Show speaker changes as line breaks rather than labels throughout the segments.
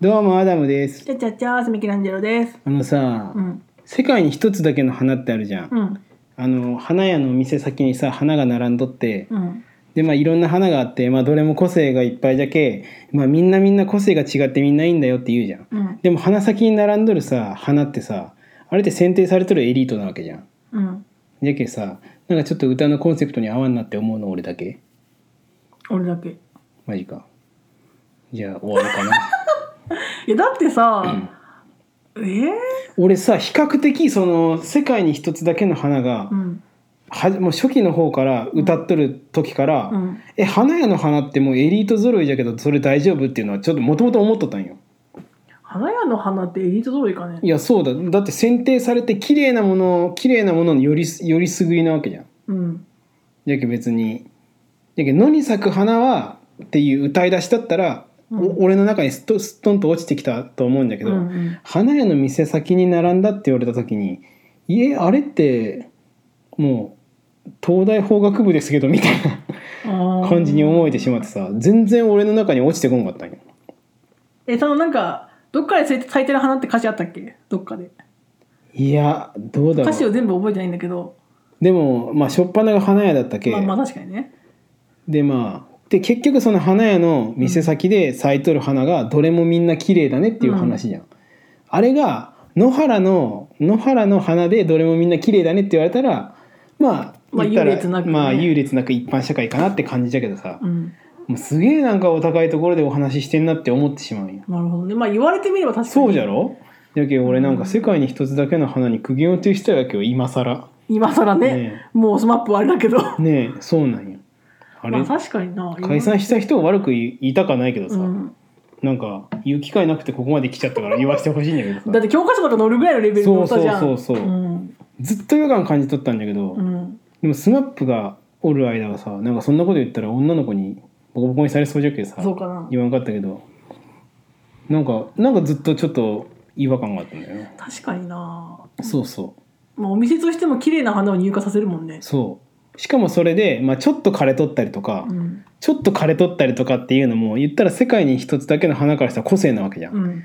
どうもアダムです
ちゃちゃちゃーすみきらんじろです。
あのさ、
うん。
世界に一つだけの花ってあるじゃん、
うん。
あの花屋の店先にさ花が並んどって、
うん。
でまあいろんな花があって、まあ、どれも個性がいっぱいじゃけ、まあ、みんなみんな個性が違ってみんないいんだよって言うじゃん
うん。
でも花先に並んどるさ花ってさあれって選定されとるエリートなわけじゃん
うん。
じゃけさなんかちょっと歌のコンセプトに合わんなって思うの俺だけ
俺だけ。
マジかじゃあ終わるか な
いや、だってさ。えー
俺さ比較的その世界に一つだけの花が、
うん。
はもう初期の方から歌っとる時から、
うん。
え花屋の花ってもうエリート揃いじゃけどそれ大丈夫っていうのはちょっともともと思っとったんよ
花屋の花ってエリート通りかね
い。やそうだだって選定されて綺麗なもの綺麗なもののよりよりすぐりなわけじゃん
うん。
じゃけ別にじゃけ野に咲く花はっていう歌い出しだったら、
うん
お俺の中にすっとすっとんと落ちてきたと思うんだけ
う
ど、
ん。うん。
花屋の店先に並んだって言われた時に「いえあれってもう東大法学部ですけど」みたい
あ
な
ー
感じに思えてしまってさ全然俺の中に落ちてこんかったんよ。
え、そのなんか。どっかで咲いて咲いてる花って歌詞あったっけどっかで
いやどうだ
歌詞
ろ
を
う
全部覚えてないんだけど
でもまあ初っ端が花屋だったけ、
まあまあ確かにね
でまあで結局その花屋の店先で咲いとる花がどれもみんな綺麗だねっていう話じゃん、あれが野原の野原の花でどれもみんな綺麗だねって言われたらまあ
まあ
言ったら
優劣なくね
まあ優劣なく一般社会かなって感じだけどさ、
うん
もうすげえなんかお高いところでお話ししてんなって思ってしまうんよ
なるほどねまあ言われてみれば確かに
そうじゃろだけど俺なんか世界に一つだけの花に苦言を呈したいわけよ今更
今更ね
ね
もうスマップはあれだけど
ねえそうなんよあれ、
まあ確かにな
解散した人を悪く言いたかないけどさ、
うん
なんか言う機会なくてここまで来ちゃったから言わせてほしいんだけど
だっ
さ
て教科書とか載るぐらいのレベルの歌じゃん
そうそうそうそうんずっと違和感感じ取ったんだけど、
うん
でもスナップがおる間はさなんかそんなこと言ったら女の子にボコボコにされそうじゃけさ
そうかな
言わんかったけどなんかなんかずっとちょっと違和感があったんだよね
確かにな、
そうそう
まあ、お店としても綺麗な花を入荷させるもんね
そうしかもそれで、まあ、ちょっと枯れとったりとか、
うん、
ちょっと枯れとったりとかっていうのも言ったら世界に一つだけの花からしたら個性なわけじゃん
うん、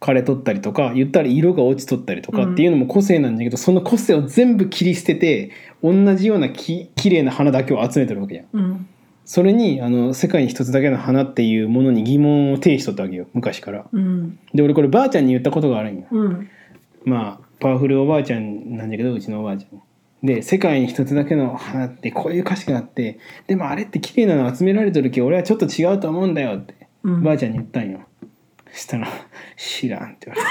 枯れとったりとか言ったら色が落ちとったりとかっていうのも個性なんだけど、その個性を全部切り捨てて同じようなき綺麗な花だけを集めてるわけじゃん
うん、
それにあの世界に一つだけの花っていうものに疑問を呈しとったわけよ昔から
うん、
で俺こればあちゃんに言ったことがあるんよ
うん、
まあパワフルおばあちゃんなんだけどうちのおばあちゃんで世界に一つだけの花ってこういう歌詞があってでもあれって綺麗なの集められてるけど俺はちょっと違うと思うんだよって
うん、
ばあちゃんに言ったんよそしたら「知らん」って言われて。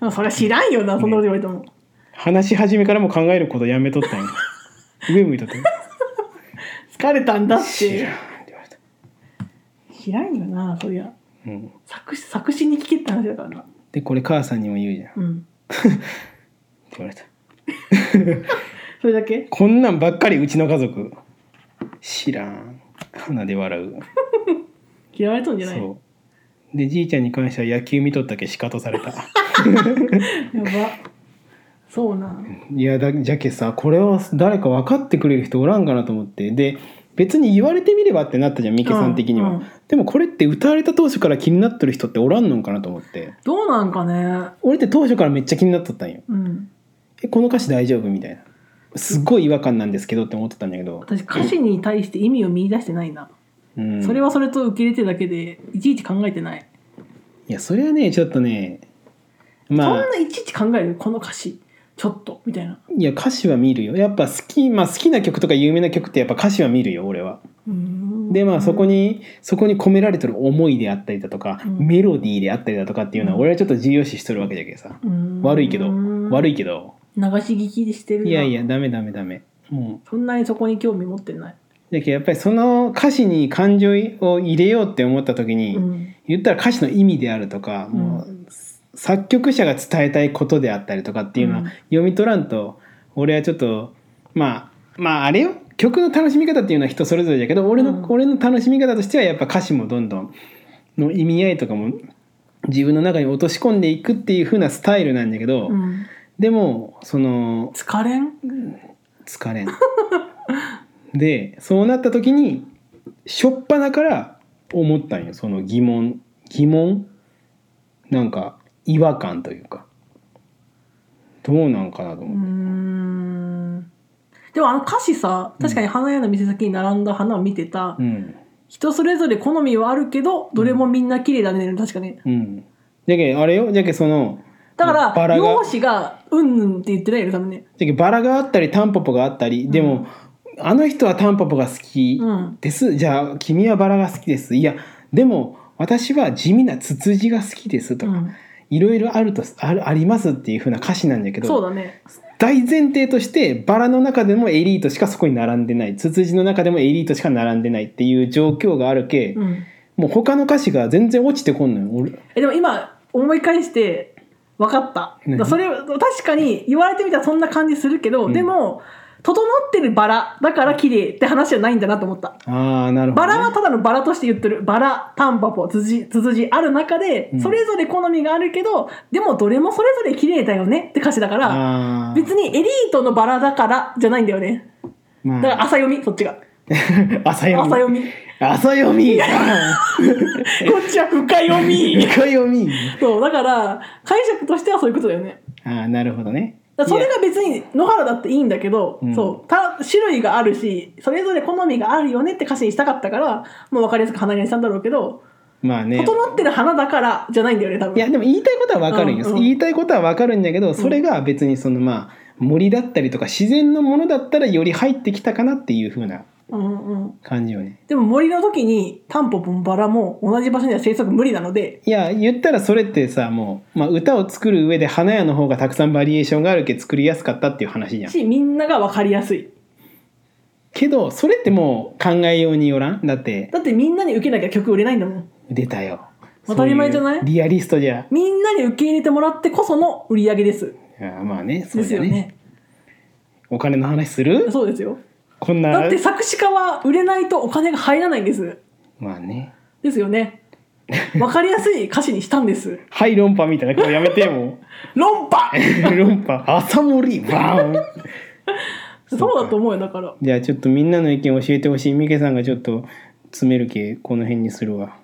まあそれは知らんよな、そんなこと言われても。
話し始めからもう考えることやめとったんよ上向いとったんよ
疲れたんだっ
知らん
て。
って言われた、
知らんよな、そりゃ。
うん、
作詞、作詞に聞けって話だからな。
でこれ母さんにも言うじゃんって
うん。
言われた
それだけ。
こんなんばっかりうちの家族知らん鼻で笑う
嫌われとんじゃない。や
そうでじいちゃんに関しては野球見とったけしかとされた
ば。そうな。
いやだじゃけさこれは誰か分かってくれる人おらんかなと思ってで別に言われてみればってなったじゃんミケさん的には、
うんうん
でもこれって歌われた当初から気になってる人っておらんのんかなと思って
どうなんかね。
俺って当初からめっちゃ気になっとったんよ
うん。
えこの歌詞大丈夫みたいなすっごい違和感なんですけどって思ってたんだけど、
私歌詞に対して意味を見出してないな。
うん、
それはそれと受け入れてるだけで、いちいち考えてない。
いやそれはねちょっとね
そん
まあ
ないちいち考えるこの歌詞ちょっとみたいない
や歌詞は見るよやっぱ好きまあ好きな曲とか有名な曲ってやっぱ歌詞は見るよ俺はで
で
まあそこにそこに込められてる思いであったりだとか、
うん
メロディーであったりだとかっていうのは
うん
俺はちょっと重要視しとるわけじゃけどさ、悪いけど悪
い
いけど
流し聞きでしてるない
やいやダメダメダメもう
そんなにそこに興味持ってない、
だけどやっぱりその歌詞に感情を入れようって思った時に、
うん
言ったら歌詞の意味であるとか、
うん
もう作曲者が伝えたいことであったりとかっていうのは
うん
読み取らんと、俺はちょっとまあまああれよ曲の楽しみ方っていうのは人それぞれだけど俺の、
うん
俺の楽しみ方としてはやっぱ歌詞もどんどんの意味合いとかも自分の中に落とし込んでいくっていう風なスタイルなんだけど、
うん
でもその
疲れん
疲れんでそうなった時にしょっぱなから思ったんよその疑問疑問なんか違和感というかどうなんかなと
うー
思って、
んでもあの歌詞さ確かに花屋の店先に並んだ花を見てた、
うん
人それぞれ好みはあるけどどれもみんな綺麗だね確かね
うん、じゃけあれよじゃけその
だか
バ
ら
ラが
容姿がうんうんって言ってないよ多分ね
じゃけバラがあったりタンポポがあったりでも、あの人はタンポポが好き
うん
です、じゃあ君はバラが好きですいやでも私は地味なツツジが好きですと
う
か、
ん
いろいろあるとあるありますっていう風な歌詞なんだけど
そうだね
大前提としてバラの中でもエリートしかそこに並んでないツツジの中でもエリートしか並んでないっていう状況があるけ、
うん
もう他の歌詞が全然落ちてこんのよ俺
えでも今思い返して分かった
何
だそれ確かに言われてみたらそんな感じするけど、
うん
でも整ってるバラだから綺麗って話じゃないんだなと思った
ああなるほ
バ
ど、ね、
ラはただのバラとして言ってるバラタンパポツジツツジある中で
うん
それぞれ好みがあるけど、でもどれもそれぞれ綺麗だよねって歌詞だから
あー
別にエリートのバラだからじゃないんだよねだか
ま
ら
あ、
朝読みそっちが
朝
朝
読
読
み
みこ
朝読み
っちは深読み
深読み
そうだから解釈としてはそういうことだよね
ああなるほどね
だからそれ
いや
が別に野原だっていいんだけど、
うん
そうた種類があるしそれぞれ好みがあるよねって歌詞にしたかったからもう分かりやすく花にしたんだろうけど、
まあね
整ってる花だからじゃないんだよね多分
いやでも言いたいことはわかるんよ、
うんうん
言いたいことはわかるんだけどそれが別にそのまあ森だったりとか自然のものだったらより入ってきたかなっていう風な
うんうん、
感じよね
でも森の時にタンポポもバラも同じ場所には生息無理なので
いや言ったらそれってさもう、まあ、歌を作る上で花屋の方がたくさんバリエーションがあるけど作りやすかったっていう話じゃん
しみんなが分かりやすい
けどそれってもう考えようによらんだって
だってみんなに受けなきゃ曲売れないんだもん
出たよ
当たり前じゃない
そううリアリストじゃ
みんなに受け入れてもらってこその売り上げです
いやまあねそ
で
う
す
じゃ
よ
ね
ね
お金の話する
そうですよ
こん
だ
な
って作詞家は売れないとお金が入らないんです
まあね
ですよねわかりやすい歌詞にしたんです
はい論破みたいなこれやめても
論破
う論破朝森バーン
そうだと思うよだから
じゃあちょっとみんなの意見教えてほしいミケさんがちょっと詰める系この辺にするわ